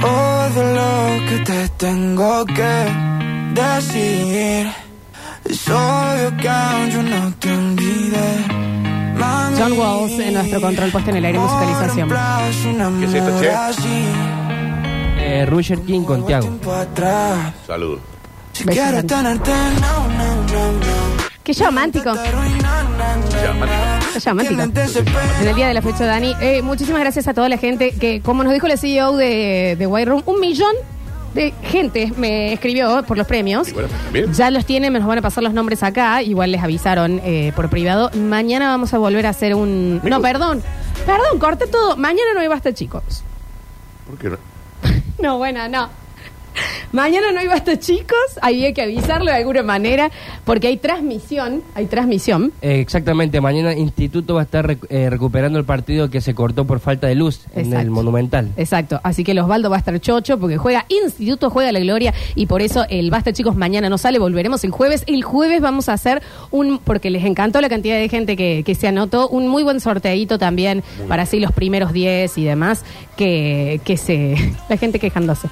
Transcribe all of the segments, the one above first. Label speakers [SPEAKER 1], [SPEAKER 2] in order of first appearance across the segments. [SPEAKER 1] Todo lo que te tengo que decir. Es obvio que aún yo no te olvidé. Mami,
[SPEAKER 2] John Walls en nuestro control puesto en el aire y musicalización.
[SPEAKER 1] musicalización.
[SPEAKER 3] ¿Qué es esto, che?
[SPEAKER 4] Eh, Roger King con Tiago.
[SPEAKER 3] Salud.
[SPEAKER 1] Si
[SPEAKER 2] Beso
[SPEAKER 1] quiero
[SPEAKER 2] grande.
[SPEAKER 1] tenerte, no, no, no, no.
[SPEAKER 2] Qué llamántico.
[SPEAKER 1] Te arruinar, na, na,
[SPEAKER 3] Ya, Mati.
[SPEAKER 2] Qué llamántico.
[SPEAKER 1] Tienen desespero.
[SPEAKER 2] En el día de la fecha, Dani, eh, muchísimas gracias a toda la gente que, como nos dijo la CEO de, de White Room, un millón de gente me escribió por los premios.
[SPEAKER 3] Y bueno, pues también.
[SPEAKER 2] Ya los tienen, me nos van a pasar los nombres acá. Igual les avisaron eh, por privado. Mañana vamos a volver a hacer un.
[SPEAKER 3] Mira.
[SPEAKER 2] No, perdón. Perdón, corte todo. Mañana no hay basta, chicos.
[SPEAKER 3] ¿Por qué no?
[SPEAKER 2] No, bueno, no. Mañana no hay basta, chicos. Había que avisarlo de alguna manera porque hay transmisión. Hay transmisión.
[SPEAKER 4] Eh, exactamente, mañana Instituto va a estar recu- eh, recuperando el partido que se cortó por falta de luz en
[SPEAKER 2] Exacto.
[SPEAKER 4] el Monumental.
[SPEAKER 2] Exacto, así que el Osvaldo va a estar chocho porque juega Instituto, juega la Gloria y por eso el Basta chicos mañana no sale, volveremos el jueves. El jueves vamos a hacer un, porque les encantó la cantidad de gente que, que se anotó, un muy buen sorteadito también para así los primeros 10 y demás que, que se, la gente quejándose,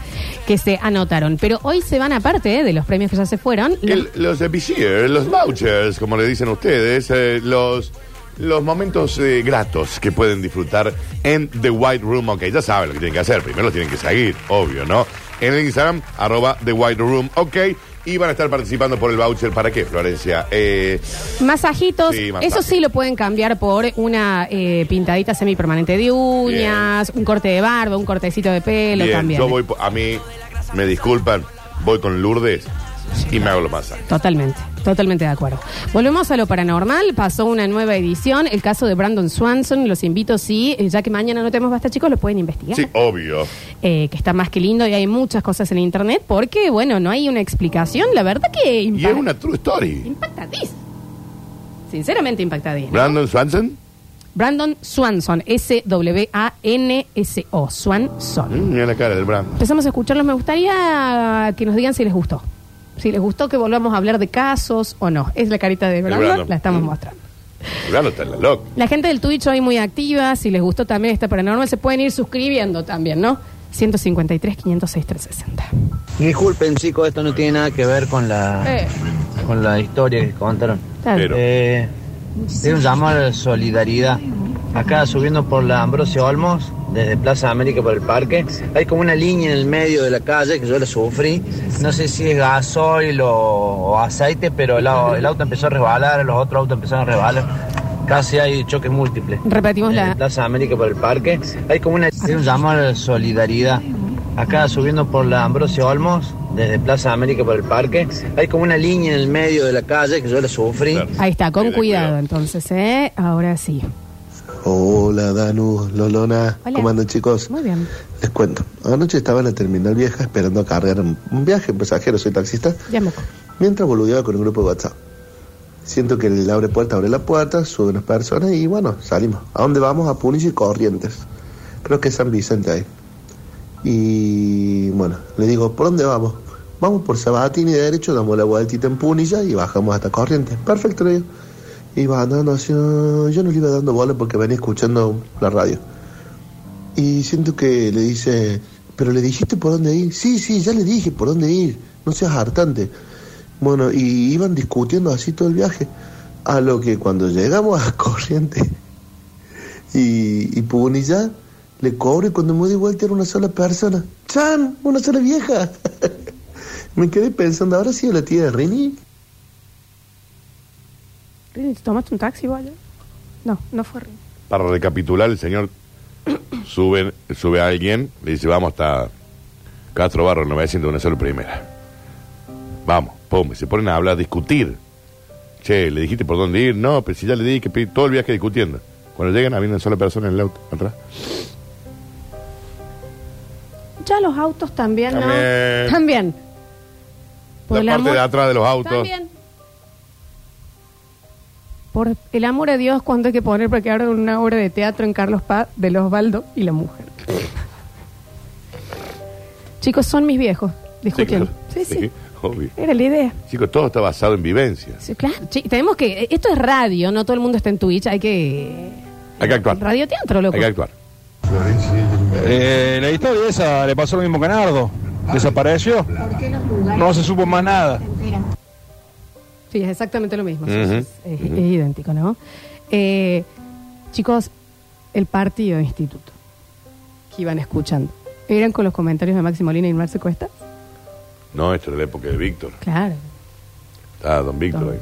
[SPEAKER 2] que se anotaron. Pero hoy se van aparte eh, de los premios que ya se fueron.
[SPEAKER 3] El- los epicier, los vouchers, como le dicen ustedes, eh, los, los momentos eh, gratos que pueden disfrutar en The White Room. Ok, ya saben lo que tienen que hacer. Primero lo tienen que seguir, obvio, ¿no? En el Instagram, arroba The White Room. Ok, y van a estar participando por el voucher. ¿Para qué, Florencia? Eh,
[SPEAKER 2] Masajitos,
[SPEAKER 3] Sí, masajes.
[SPEAKER 2] eso sí lo pueden cambiar por una eh, pintadita semipermanente de uñas, un corte de barba, un cortecito de pelo
[SPEAKER 3] bien,
[SPEAKER 2] también.
[SPEAKER 3] yo voy, po- a mí, me disculpan, voy con Lourdes y me hago los masajes.
[SPEAKER 2] Totalmente, totalmente de acuerdo. Volvemos a lo paranormal, pasó una nueva edición, el caso de Brandon Swanson, los invito, sí, eh, ya que mañana no tenemos basta chicos, lo pueden investigar,
[SPEAKER 3] Sí, obvio.
[SPEAKER 2] eh, que está más que lindo y hay muchas cosas en internet, porque bueno, no hay una explicación, la verdad que
[SPEAKER 3] Y es
[SPEAKER 2] impacta,
[SPEAKER 3] una true story.
[SPEAKER 2] impactadís. Sinceramente impactadís.
[SPEAKER 3] Brandon Swanson.
[SPEAKER 2] Brandon Swanson, S-W-A-N-S-O, Swanson.
[SPEAKER 3] Mm, mira la cara del Brandon.
[SPEAKER 2] Empezamos a escucharlos, me gustaría que nos digan si les gustó. Si les gustó que volvamos a hablar de casos o no. Es la carita de Brandon,
[SPEAKER 3] Brandon.
[SPEAKER 2] la estamos
[SPEAKER 3] Mm.
[SPEAKER 2] mostrando.
[SPEAKER 3] Brandon está en la loca.
[SPEAKER 2] La gente del Twitch hoy muy activa, si les gustó también esta paranormal, se pueden ir suscribiendo también, ¿no? 153, 506, 360.
[SPEAKER 5] Disculpen chicos, esto no tiene nada que ver con la,
[SPEAKER 2] Eh,
[SPEAKER 5] con la historia que contaron.
[SPEAKER 2] claro.
[SPEAKER 3] Pero-
[SPEAKER 5] Eh, es un llamado a la solidaridad. Acá subiendo por la Ambrosio Olmos, desde Plaza América por el parque, hay como una línea en el medio de la calle que yo la sufrí. No sé si es gasoil o, o aceite, pero el, au- el auto empezó a resbalar, los otros autos empezaron a resbalar. Casi hay choques múltiples.
[SPEAKER 2] Repetimos
[SPEAKER 5] En
[SPEAKER 2] la-
[SPEAKER 5] Plaza América por el parque. Hay como una, es un llamado a la solidaridad. Acá subiendo por la Ambrosio Olmos, desde Plaza América por el parque, hay como una línea en el medio de la calle que yo la sufrí.
[SPEAKER 3] Claro.
[SPEAKER 2] Ahí está,
[SPEAKER 3] Sí,
[SPEAKER 2] con
[SPEAKER 3] de
[SPEAKER 2] cuidado
[SPEAKER 3] cuidado.
[SPEAKER 2] entonces, ¿eh? Ahora sí.
[SPEAKER 6] Hola Danu, Lolona,
[SPEAKER 2] Hola.
[SPEAKER 6] ¿cómo andan chicos?
[SPEAKER 2] Muy bien.
[SPEAKER 6] Les cuento, anoche estaba en la terminal vieja esperando a cargar un un viaje, un pasajero, soy taxista,
[SPEAKER 2] Ya me cu-
[SPEAKER 6] mientras boludeaba con un grupo de WhatsApp. Siento que el abre puerta, abre la puerta, sube unas personas y bueno, salimos. ¿A dónde vamos? A Punilla y Corrientes. Creo que es San Vicente ahí. Y bueno, le digo, ¿por dónde vamos? Vamos por Sabatini derecho, damos la vueltita en Punilla y bajamos hasta Corrientes. Perfecto, le digo. Iba andando así, ah, yo no le iba dando bola porque venía escuchando la radio. Y siento que le dice, ¿pero le dijiste por dónde ir? Sí, sí, ya le dije por dónde ir, no seas hartante. Bueno, y iban discutiendo así todo el viaje. A lo que cuando llegamos a Corrientes y, y Punilla, le cobro y cuando me di vuelta era una sola persona. ¡Chan! ¡Una sola vieja! me quedé pensando, ¿ahora sí la tía de Rini?
[SPEAKER 2] Rini, ¿te ¿Tomaste un taxi, vaya? No, no fue Rini.
[SPEAKER 3] Para recapitular, el señor sube, sube a alguien, le dice, vamos hasta Castro Barro, 900, una sola primera. Vamos, pum, y se ponen a hablar, a discutir. Che, ¿le dijiste por dónde ir? No, pero si ya le dije que pedí todo el viaje discutiendo. Cuando llegan, había una sola persona en el auto, atrás.
[SPEAKER 2] Ya los autos también, ¿no?
[SPEAKER 3] También.
[SPEAKER 2] También. Por el
[SPEAKER 3] la parte
[SPEAKER 2] amor-
[SPEAKER 3] de atrás de los autos.
[SPEAKER 2] También. Por el amor a Dios, ¿cuánto hay que poner para que abran una obra de teatro en Carlos Paz de los Osvaldo y la mujer? Chicos, son mis viejos,
[SPEAKER 3] Sí, claro.
[SPEAKER 2] discutiendo. Sí, sí.
[SPEAKER 3] Obvio.
[SPEAKER 2] Era la idea.
[SPEAKER 3] Chicos, todo está basado en vivencias.
[SPEAKER 2] Sí, claro, chi- tenemos que. Esto es radio, no todo el mundo está en Twitch, hay que.
[SPEAKER 3] Hay que actuar.
[SPEAKER 2] Radio teatro, loco.
[SPEAKER 3] Hay que actuar.
[SPEAKER 7] Eh, la historia esa le pasó lo mismo que a Nardo. Desapareció. No se supo más nada.
[SPEAKER 2] Sí, es exactamente lo mismo. sí,
[SPEAKER 3] Ujú,
[SPEAKER 2] sí, es, es- es idéntico, ¿no? Eh, chicos, el partido de instituto que iban escuchando, ¿eran con los comentarios de Máximo Lina y Marce Cuesta?
[SPEAKER 3] No, esto era la época de Víctor.
[SPEAKER 2] Claro.
[SPEAKER 3] Está don Víctor ahí.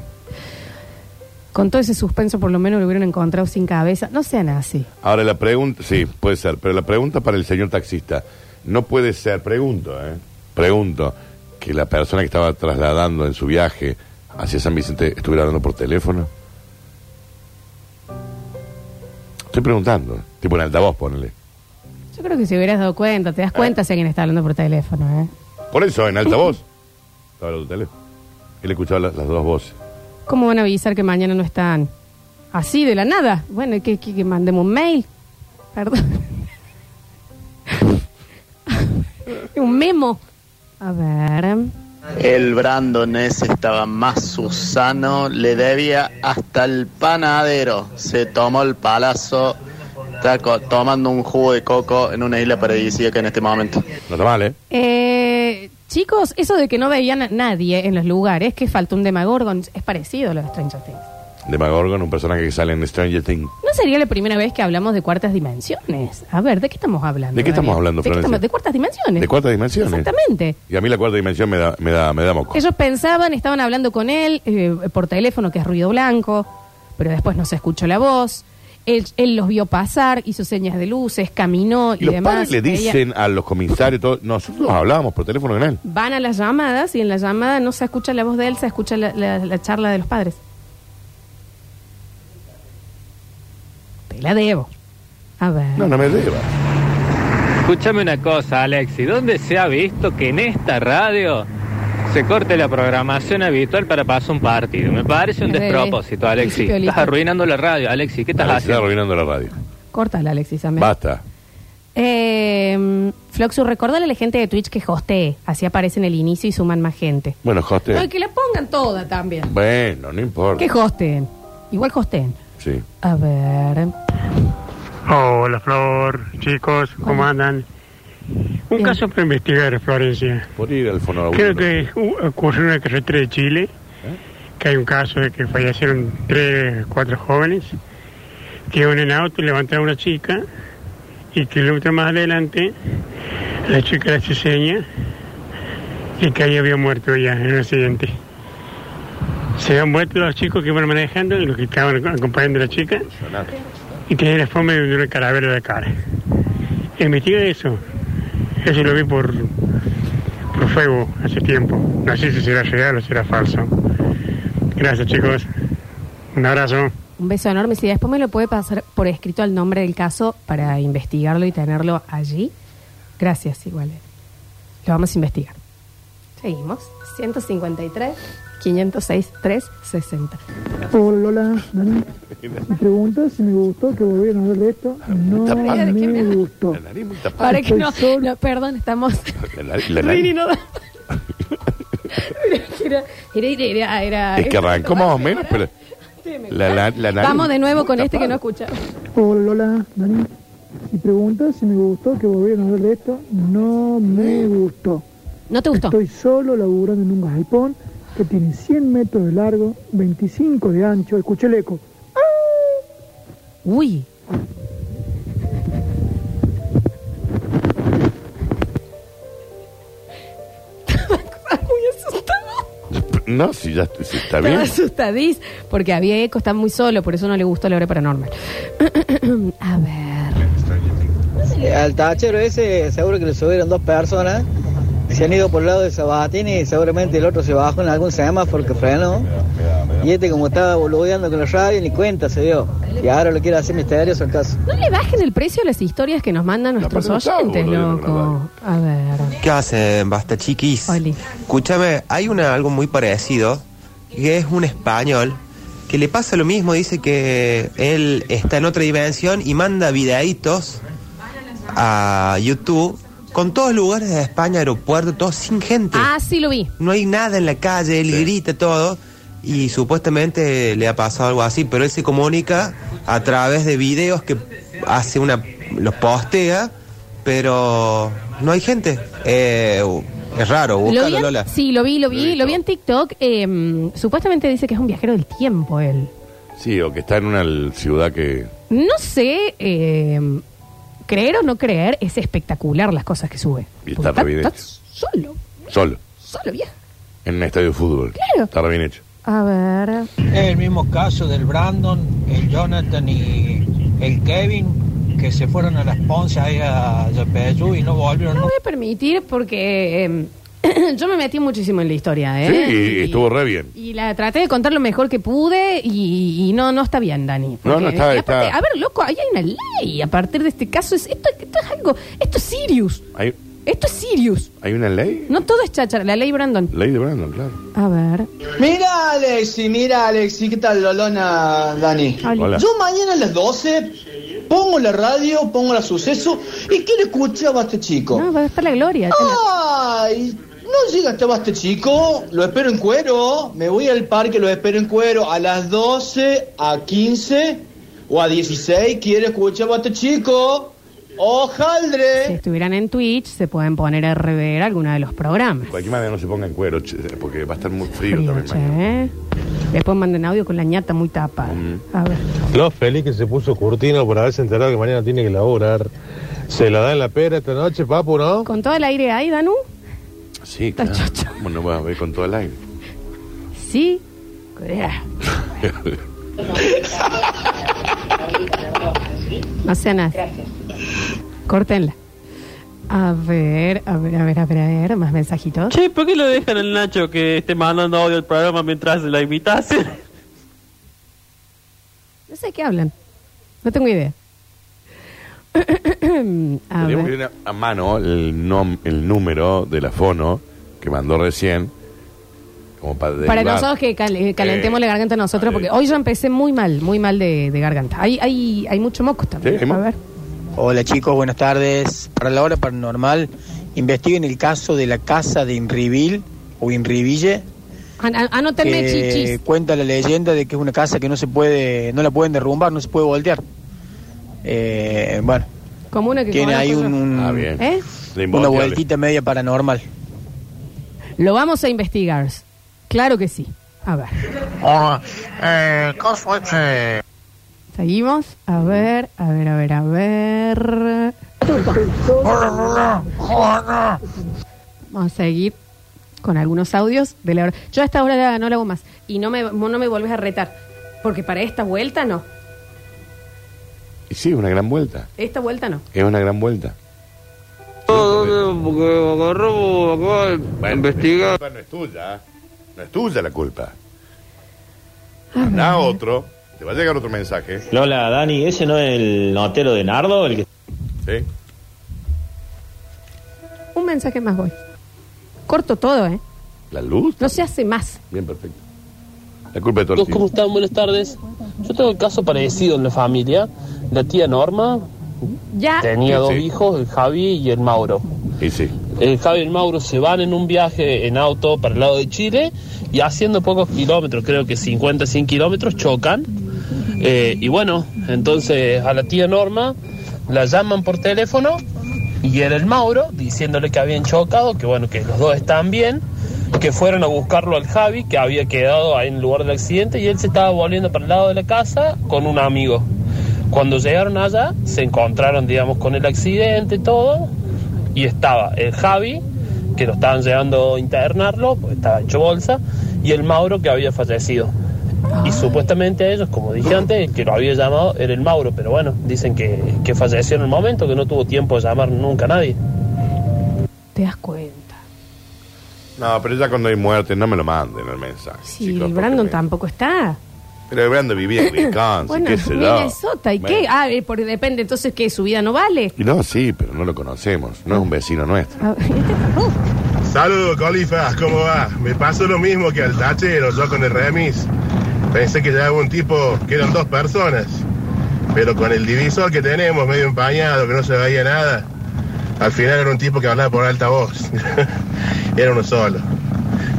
[SPEAKER 2] Con todo ese suspenso, por lo menos lo hubieran encontrado sin cabeza. No sean así.
[SPEAKER 3] Ahora la pregunta, sí, puede ser, pero la pregunta para el señor taxista, no puede ser, pregunto, ¿eh? Pregunto, que la persona que estaba trasladando en su viaje hacia San Vicente estuviera hablando por teléfono. Estoy preguntando, tipo en altavoz, ponele.
[SPEAKER 2] Yo creo que si hubieras dado cuenta,
[SPEAKER 3] Ah.
[SPEAKER 2] te das cuenta si alguien está hablando por teléfono, ¿eh?
[SPEAKER 3] Por eso, en altavoz. Estaba hablando por teléfono. Él escuchaba la- las dos voces.
[SPEAKER 2] ¿Cómo van a avisar que mañana no están? Así, de la nada. Bueno, que, que, que mandemos un mail. Perdón. un memo. A ver.
[SPEAKER 8] El Brandon ese estaba más susano, le debía hasta el panadero. Se tomó el palazo, está co- tomando un jugo de coco en una isla paradisíaca en este momento.
[SPEAKER 3] No está mal, ¿eh?
[SPEAKER 2] Eh, chicos, eso de que no veían a nadie en los lugares, que faltó un demagorgon, es parecido a lo de Stranger Things.
[SPEAKER 3] Demagorgon, un personaje que sale en Stranger Things.
[SPEAKER 2] No sería la primera vez que hablamos de cuartas dimensiones. A ver, ¿de qué estamos hablando?
[SPEAKER 3] ¿De qué estamos
[SPEAKER 2] Daniel?
[SPEAKER 3] hablando,
[SPEAKER 2] ¿De, qué
[SPEAKER 3] Florencia?
[SPEAKER 2] estamos- de cuartas dimensiones.
[SPEAKER 3] De cuarta dimensión. ¿eh?
[SPEAKER 2] Exactamente.
[SPEAKER 3] Y a mí la cuarta dimensión me da, me da, me da moco.
[SPEAKER 2] Ellos pensaban, estaban hablando con él eh, por teléfono, que es ruido blanco, pero después no se escuchó la voz. Él, él los vio pasar, hizo señas de luces, caminó y,
[SPEAKER 3] Y los
[SPEAKER 2] demás.
[SPEAKER 3] padres le
[SPEAKER 2] Veía-
[SPEAKER 3] dicen a los comisarios, todo, nosotros hablábamos por teléfono con él.
[SPEAKER 2] Van a las llamadas y en la llamada no se escucha la voz de él, se escucha la, la- la charla de los padres. Te la debo. A ver.
[SPEAKER 3] No, no me debas.
[SPEAKER 9] Escúchame una cosa, Alexi. ¿Dónde se ha visto que en esta radio se corte la programación habitual para pasar un partido? Me parece un
[SPEAKER 2] Al revés.
[SPEAKER 9] despropósito,
[SPEAKER 2] Sí,
[SPEAKER 9] Alexi.
[SPEAKER 2] Piolita.
[SPEAKER 9] Estás arruinando la radio, Alexi. ¿Qué estás
[SPEAKER 3] Se está
[SPEAKER 9] haciendo?
[SPEAKER 3] arruinando la radio.
[SPEAKER 2] Córtala, Alexis. amén.
[SPEAKER 3] Basta.
[SPEAKER 2] Eh, Floxu, recuérdale a la gente de Twitch que hostee. Así aparece en el inicio y suman más gente.
[SPEAKER 3] Bueno, hoste.
[SPEAKER 2] Ay, que la pongan toda también.
[SPEAKER 3] Bueno, no importa.
[SPEAKER 2] Que hosteen. Igual hosteen.
[SPEAKER 3] Sí.
[SPEAKER 2] A ver.
[SPEAKER 10] Hola Flor, chicos, ¿cómo
[SPEAKER 2] Hola.
[SPEAKER 10] andan? Un
[SPEAKER 2] Bien.
[SPEAKER 10] caso para investigar, Florencia.
[SPEAKER 3] Por ir al fono
[SPEAKER 10] Creo que u- ocurrió en una carretera de Chile, que hay un caso de que fallecieron tres, cuatro jóvenes, que iban en auto y levantaron a una chica, y kilómetros más adelante, la chica la hace seña, y que ahí había muerto ya en el accidente. Se habían muerto los chicos que iban manejando, y los que estaban ac- acompañando a la chica, y tenía la forma de una calavera en la cara. Investiga eso. Eso lo vi por, por Facebook hace tiempo. No sé si será real o será falso. Gracias chicos. Un abrazo.
[SPEAKER 2] Un beso enorme. Si después me lo puede pasar por escrito al nombre del caso para investigarlo y tenerlo allí. Gracias, igual. eh. Lo vamos a investigar. Seguimos. 153, 506, 360.
[SPEAKER 10] Hola, hola, Dani. Me pregunta si me gustó que volvieran a hablar de esto. No
[SPEAKER 3] Está mal.
[SPEAKER 2] ¿De qué me
[SPEAKER 10] me
[SPEAKER 2] hablas?
[SPEAKER 10] gustó.
[SPEAKER 3] La nariz muy tapada.
[SPEAKER 2] Para que
[SPEAKER 10] Estoy
[SPEAKER 2] no,
[SPEAKER 10] solo.
[SPEAKER 2] no, perdón, estamos.
[SPEAKER 3] La nariz- la
[SPEAKER 2] Rini
[SPEAKER 3] nariz.
[SPEAKER 2] no da. Era, era, era, era, era-
[SPEAKER 3] Es que arrancó más o menos, pero la, la, la nariz.
[SPEAKER 2] Vamos de nuevo con
[SPEAKER 3] muy
[SPEAKER 2] este que no
[SPEAKER 3] tapada.
[SPEAKER 2] escucha.
[SPEAKER 10] Hola, hola, Dani. Me pregunta si me gustó que volvieran a hablar de esto. No me gustó.
[SPEAKER 2] ¿No te gustó?
[SPEAKER 10] Estoy solo laburando en un galpón que tiene 100 metros de largo, 25 de ancho. Escuché el eco.
[SPEAKER 2] ¡Ah! Uy. Estaba muy asustado.
[SPEAKER 3] No, si ya si está bien.
[SPEAKER 2] Estaba asustadís porque había eco, está muy solo, por eso no le gustó la hora paranormal. A ver.
[SPEAKER 5] Al tachero ese seguro que le subieron dos personas. Se han ido por el lado de Sabatini y seguramente el otro se bajó en algún semáforo que frenó. Y este como estaba boludeando con la radio ni cuenta se dio. Y ahora lo quiere hacer misterioso el caso.
[SPEAKER 2] No le bajen el precio a las historias que nos mandan nuestros
[SPEAKER 3] parte no estaba
[SPEAKER 2] oyentes,
[SPEAKER 3] boludeando con la
[SPEAKER 2] loco. A ver.
[SPEAKER 11] ¿Qué hacen, basta chiquis?
[SPEAKER 2] Oli.
[SPEAKER 11] Escúchame, hay una, algo muy parecido, que es un español, que le pasa lo mismo, dice que él está en otra dimensión y manda videitos a YouTube con todos los lugares de España, aeropuerto, todo sin gente.
[SPEAKER 2] Ah, sí lo vi.
[SPEAKER 11] No hay nada en la calle, él grita todo y supuestamente le ha pasado algo así, pero él se comunica a través de videos que hace una los postea
[SPEAKER 12] pero no hay gente. Eh, es raro,
[SPEAKER 2] Lo vi
[SPEAKER 12] búscalo,
[SPEAKER 2] en-
[SPEAKER 12] Lola.
[SPEAKER 2] Sí, lo vi, lo vi, lo vi en TikTok. eh, supuestamente dice que es un viajero del tiempo él.
[SPEAKER 3] Sí, o que está en una l- ciudad que.
[SPEAKER 2] No sé, eh, creer o no creer, es espectacular las cosas que sube.
[SPEAKER 3] Y
[SPEAKER 2] Porque
[SPEAKER 3] está re bien
[SPEAKER 2] está
[SPEAKER 3] hecho.
[SPEAKER 2] solo,
[SPEAKER 3] Solo.
[SPEAKER 2] solo viaja.
[SPEAKER 3] En un estadio de fútbol.
[SPEAKER 2] Claro.
[SPEAKER 3] Está re bien hecho.
[SPEAKER 2] A ver.
[SPEAKER 5] El mismo caso del Brandon, el Jonathan y el Kevin, que se fueron a las Ponce ahí a Yapeyú y no volvieron.
[SPEAKER 2] No voy a permitir porque eh, yo me metí muchísimo en la historia, ¿eh?
[SPEAKER 3] Sí, y, estuvo re bien.
[SPEAKER 2] Y la traté de contar lo mejor que pude y, y no no está bien, Dani.
[SPEAKER 3] No, no está,
[SPEAKER 2] y aparte,
[SPEAKER 3] está.
[SPEAKER 2] A ver, loco, ahí hay una ley. A partir de este caso, es, esto, esto es algo. Esto es Sirius.
[SPEAKER 3] ¿Hay,
[SPEAKER 2] Esto es Sirius.
[SPEAKER 3] hay una ley?
[SPEAKER 2] No todo es chachar. La ley Brandon.
[SPEAKER 3] Ley de Brandon, claro.
[SPEAKER 2] A ver.
[SPEAKER 6] Mira Alexi, mira Alexi, ¿qué tal Lolona, Dani?
[SPEAKER 3] Hola.
[SPEAKER 6] Yo mañana a las 12 pongo la radio, pongo la suceso y quiero escuchar a este
[SPEAKER 3] Oh.
[SPEAKER 6] chico.
[SPEAKER 2] No, va a estar la gloria.
[SPEAKER 6] Ay, no llega hasta este chico, lo espero en cuero, me voy al parque, lo espero en cuero a las 12, a 15 o a 16, quiero escuchar a este chico. ¡Ojaldre!
[SPEAKER 2] Si estuvieran en Twitch, se pueden poner a rever alguno de los programas.
[SPEAKER 3] De cualquier manera no se ponga en cuero, che, porque va a estar muy frío,
[SPEAKER 2] Frío,
[SPEAKER 3] también.
[SPEAKER 2] che,
[SPEAKER 3] mañana. Mm.
[SPEAKER 2] ¿eh? Después manden audio con la ñata muy tapada. A ver.
[SPEAKER 13] Lo feliz que se puso Curtino por haberse enterado que mañana tiene que laburar. Se la da en la pera esta noche, papu, ¿no?
[SPEAKER 2] Con todo el aire ahí, Danu.
[SPEAKER 3] Sí, claro. ¿Cómo no vas a ver con todo el aire?
[SPEAKER 2] Sí. Eh, Corea. No sea nada. Gracias. Córtenla. A ver, a ver, a ver, a ver, a ver, más mensajitos.
[SPEAKER 14] Che, ¿por qué lo dejan al Nacho que esté mandando audio al programa mientras la invitasen?
[SPEAKER 2] No sé de qué hablan. No tengo idea. a
[SPEAKER 3] Tenemos que
[SPEAKER 2] ver.
[SPEAKER 3] tener a a mano el, nom- el número de la fono que mandó recién. Como para
[SPEAKER 2] Para
[SPEAKER 3] derivar.
[SPEAKER 2] nosotros que cal- eh, calentemos
[SPEAKER 3] Eh,
[SPEAKER 2] la garganta a nosotros, porque hoy yo empecé muy mal, muy mal de, de garganta. Hay, hay, hay mucho moco también.
[SPEAKER 15] Sí, hay
[SPEAKER 2] a
[SPEAKER 15] moco.
[SPEAKER 2] ver.
[SPEAKER 15] Hola chicos, buenas tardes. Para la hora paranormal, investiguen el caso de la casa de Inrivil o Inriville.
[SPEAKER 2] An- an- anótenme
[SPEAKER 15] que
[SPEAKER 2] chichis.
[SPEAKER 15] cuenta la leyenda de que es una casa que no se puede, no la pueden derrumbar, no se puede voltear. Eh, bueno,
[SPEAKER 2] Como una que
[SPEAKER 15] tiene
[SPEAKER 2] conozco
[SPEAKER 15] ahí
[SPEAKER 2] yo.
[SPEAKER 15] un, un-
[SPEAKER 3] Ah,
[SPEAKER 2] ¿Eh?
[SPEAKER 15] una vueltita media paranormal.
[SPEAKER 2] Lo vamos a investigar. Claro que sí. A ver. Seguimos. A ver, a ver, a ver, a ver. Vamos a seguir con algunos audios de la hora. Yo a esta hora ya no lo hago más. Y no me, no me volves a retar. Porque para esta vuelta no.
[SPEAKER 3] Y sí, es una gran vuelta.
[SPEAKER 2] Esta vuelta no.
[SPEAKER 3] Es una gran vuelta. investiga. La culpa no es tuya. ¿eh? No es tuya la culpa. Anda otro. Te va a llegar otro mensaje.
[SPEAKER 16] Lola, Dani, ¿ese no es el notero de Nardo? El que...
[SPEAKER 3] Sí.
[SPEAKER 2] Un mensaje más voy. Corto todo, ¿eh?
[SPEAKER 3] La luz.
[SPEAKER 2] No se hace más.
[SPEAKER 3] Bien, perfecto. La culpa de todo el
[SPEAKER 10] Chicos, ¿cómo
[SPEAKER 3] tiempo.
[SPEAKER 10] están? Buenas tardes. Yo tengo un caso parecido en la familia. La tía Norma
[SPEAKER 2] Ya.
[SPEAKER 10] tenía dos
[SPEAKER 2] Sí.
[SPEAKER 10] hijos, el Javi y el Mauro.
[SPEAKER 3] Y sí.
[SPEAKER 10] El Javi y el Mauro se van en un viaje en auto para el lado de Chile y haciendo pocos kilómetros, creo que 50, 100 kilómetros, chocan. Eh, y bueno, entonces a la tía Norma la llaman por teléfono y era el Mauro diciéndole que habían chocado, que bueno, que los dos están bien, que fueron a buscarlo al Javi, que había quedado ahí en el lugar del accidente y él se estaba volviendo para el lado de la casa con un amigo. Cuando llegaron allá, se encontraron, digamos, con el accidente y todo, y estaba el Javi, que lo estaban llevando a internarlo, porque estaba hecho bolsa, y el Mauro que había fallecido. Y supuestamente ellos, como dije antes, el que lo había llamado era el Mauro, pero bueno, dicen que, que falleció en el momento, que no tuvo tiempo de llamar nunca a nadie.
[SPEAKER 2] Te das cuenta.
[SPEAKER 3] No, pero ya cuando hay muerte, no me lo manden el mensaje.
[SPEAKER 2] Sí, el Brandon tampoco está.
[SPEAKER 3] Pero el Brandon vivía en Wisconsin,
[SPEAKER 2] Bueno,
[SPEAKER 3] qué sé yo.
[SPEAKER 2] Minnesota, ¿y qué?
[SPEAKER 3] Bueno.
[SPEAKER 2] Ah, eh, porque depende, entonces, ¿qué? ¿Su vida no vale?
[SPEAKER 3] Y no, sí, pero no lo conocemos. No es un vecino nuestro.
[SPEAKER 2] A ver, este tampoco.
[SPEAKER 17] Saludos, Colifas, ¿cómo va? Me pasó lo mismo que al tachero, yo con el remis. Pensé que ya un tipo, que eran dos personas. Pero con el divisor que tenemos, medio empañado, que no se veía nada, al final era un tipo que hablaba por alta voz. era uno solo.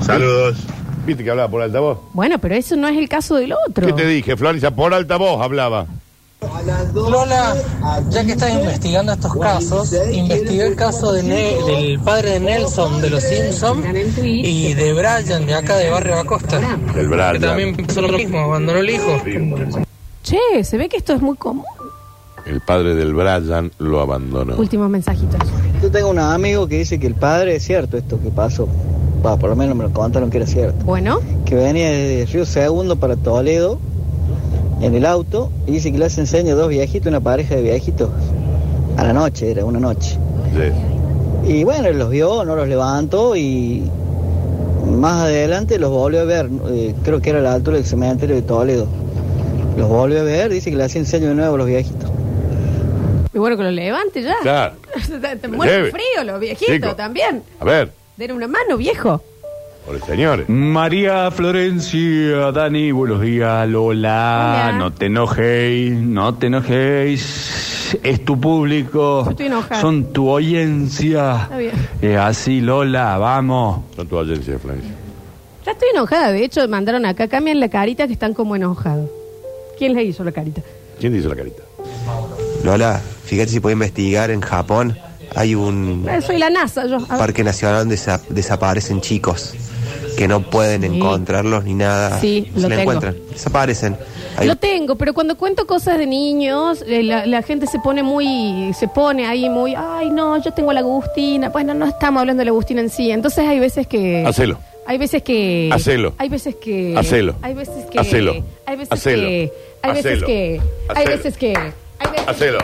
[SPEAKER 17] Saludos.
[SPEAKER 3] ¿Viste que hablaba por altavoz?
[SPEAKER 2] Bueno, pero eso no es el caso del otro.
[SPEAKER 3] ¿Qué te dije, Florencia? Por altavoz hablaba.
[SPEAKER 14] Lola, ya que estás investigando estos casos, investigué el caso de Ne- del padre de Nelson de los Simpsons y de Brian de acá de Barrio Acosta.
[SPEAKER 3] El Brian.
[SPEAKER 14] Que también pasó lo mismo, abandonó el hijo.
[SPEAKER 2] Che, se ve que esto es muy común.
[SPEAKER 3] El padre del Brian lo abandonó.
[SPEAKER 2] Últimos mensajitos.
[SPEAKER 5] Yo tengo un amigo que dice que el padre es cierto esto que pasó. Va, por lo menos me lo contaron que era cierto.
[SPEAKER 2] Bueno.
[SPEAKER 5] Que venía de Río Segundo para Toledo en el auto y dice que le hacen señas dos viejitos, una pareja de viejitos. A la noche, era una noche. Y bueno, los vio, no los levantó y más adelante los volvió a ver. eh, creo que era a la altura del cementerio de Toledo. Los volvió a ver, dice que le hacen señas de nuevo a los viejitos.
[SPEAKER 2] Y bueno, que lo levante ya.
[SPEAKER 5] Claro.
[SPEAKER 2] Te- Te mueren
[SPEAKER 3] Leve.
[SPEAKER 2] frío los viejitos
[SPEAKER 3] Chico.
[SPEAKER 2] también.
[SPEAKER 3] A ver,
[SPEAKER 2] Denle una mano, viejo.
[SPEAKER 3] por el señor.
[SPEAKER 18] María Florencia, Dani, buenos días, Lola.
[SPEAKER 2] Hola.
[SPEAKER 18] No te enojéis, no te enojéis. Es tu público.
[SPEAKER 2] Yo estoy enojada.
[SPEAKER 18] Son tu audiencia.
[SPEAKER 2] Está bien.
[SPEAKER 18] Eh, así, Lola, vamos.
[SPEAKER 3] Son tu audiencia, Florencia.
[SPEAKER 2] Ya estoy enojada. De hecho, mandaron acá, cambian la carita que están como enojados. ¿Quién le hizo la carita?
[SPEAKER 3] ¿Quién dice la carita?
[SPEAKER 6] Lola, fíjate si puede investigar. En Japón hay un
[SPEAKER 2] Eh, Soy la NASA, yo. A ver.
[SPEAKER 6] parque nacional donde desa- desaparecen chicos que no pueden encontrarlos ni nada.
[SPEAKER 2] Sí,
[SPEAKER 6] Se
[SPEAKER 2] lo
[SPEAKER 6] la
[SPEAKER 2] tengo.
[SPEAKER 6] encuentran. Desaparecen. Hay-
[SPEAKER 2] Lo tengo, pero cuando cuento cosas de niños, eh, la, la gente se pone muy, se pone ahí muy, ay no, yo tengo a la Agustina. Bueno, no estamos hablando de la Agustina en sí. Entonces hay veces que.
[SPEAKER 3] Hacelo.
[SPEAKER 2] Hay veces que.
[SPEAKER 3] Hacelo.
[SPEAKER 2] Hay veces que.
[SPEAKER 3] Hacelo.
[SPEAKER 2] Hay veces que.
[SPEAKER 3] Hacelo.
[SPEAKER 2] Hay veces
[SPEAKER 3] Hacelo.
[SPEAKER 2] que. Hay veces
[SPEAKER 3] Hacelo.
[SPEAKER 2] que. Hay
[SPEAKER 3] Hacelo.
[SPEAKER 2] veces que.
[SPEAKER 3] Hacelo.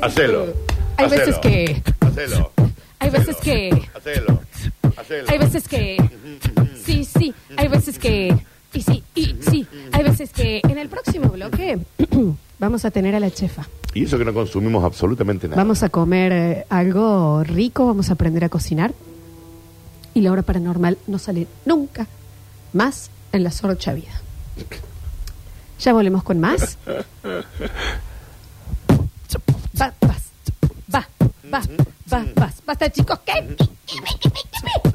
[SPEAKER 3] Hacelo.
[SPEAKER 2] Hay veces que.
[SPEAKER 3] Hacelo.
[SPEAKER 2] Hay veces que.
[SPEAKER 3] Hacelo. Hacelo.
[SPEAKER 2] Hay veces que. Sí, sí. Hay veces que. Y sí, y sí. Hay veces que. En el próximo bloque vamos a tener a la chefa.
[SPEAKER 3] Y eso que no consumimos absolutamente nada.
[SPEAKER 2] Vamos a comer eh, algo rico, vamos a aprender a cocinar. Y la hora paranormal no sale nunca más en la sorcha vida. Ya volvemos con más. Va, vas, va, va, vas, vas, basta chicos, ¿qué?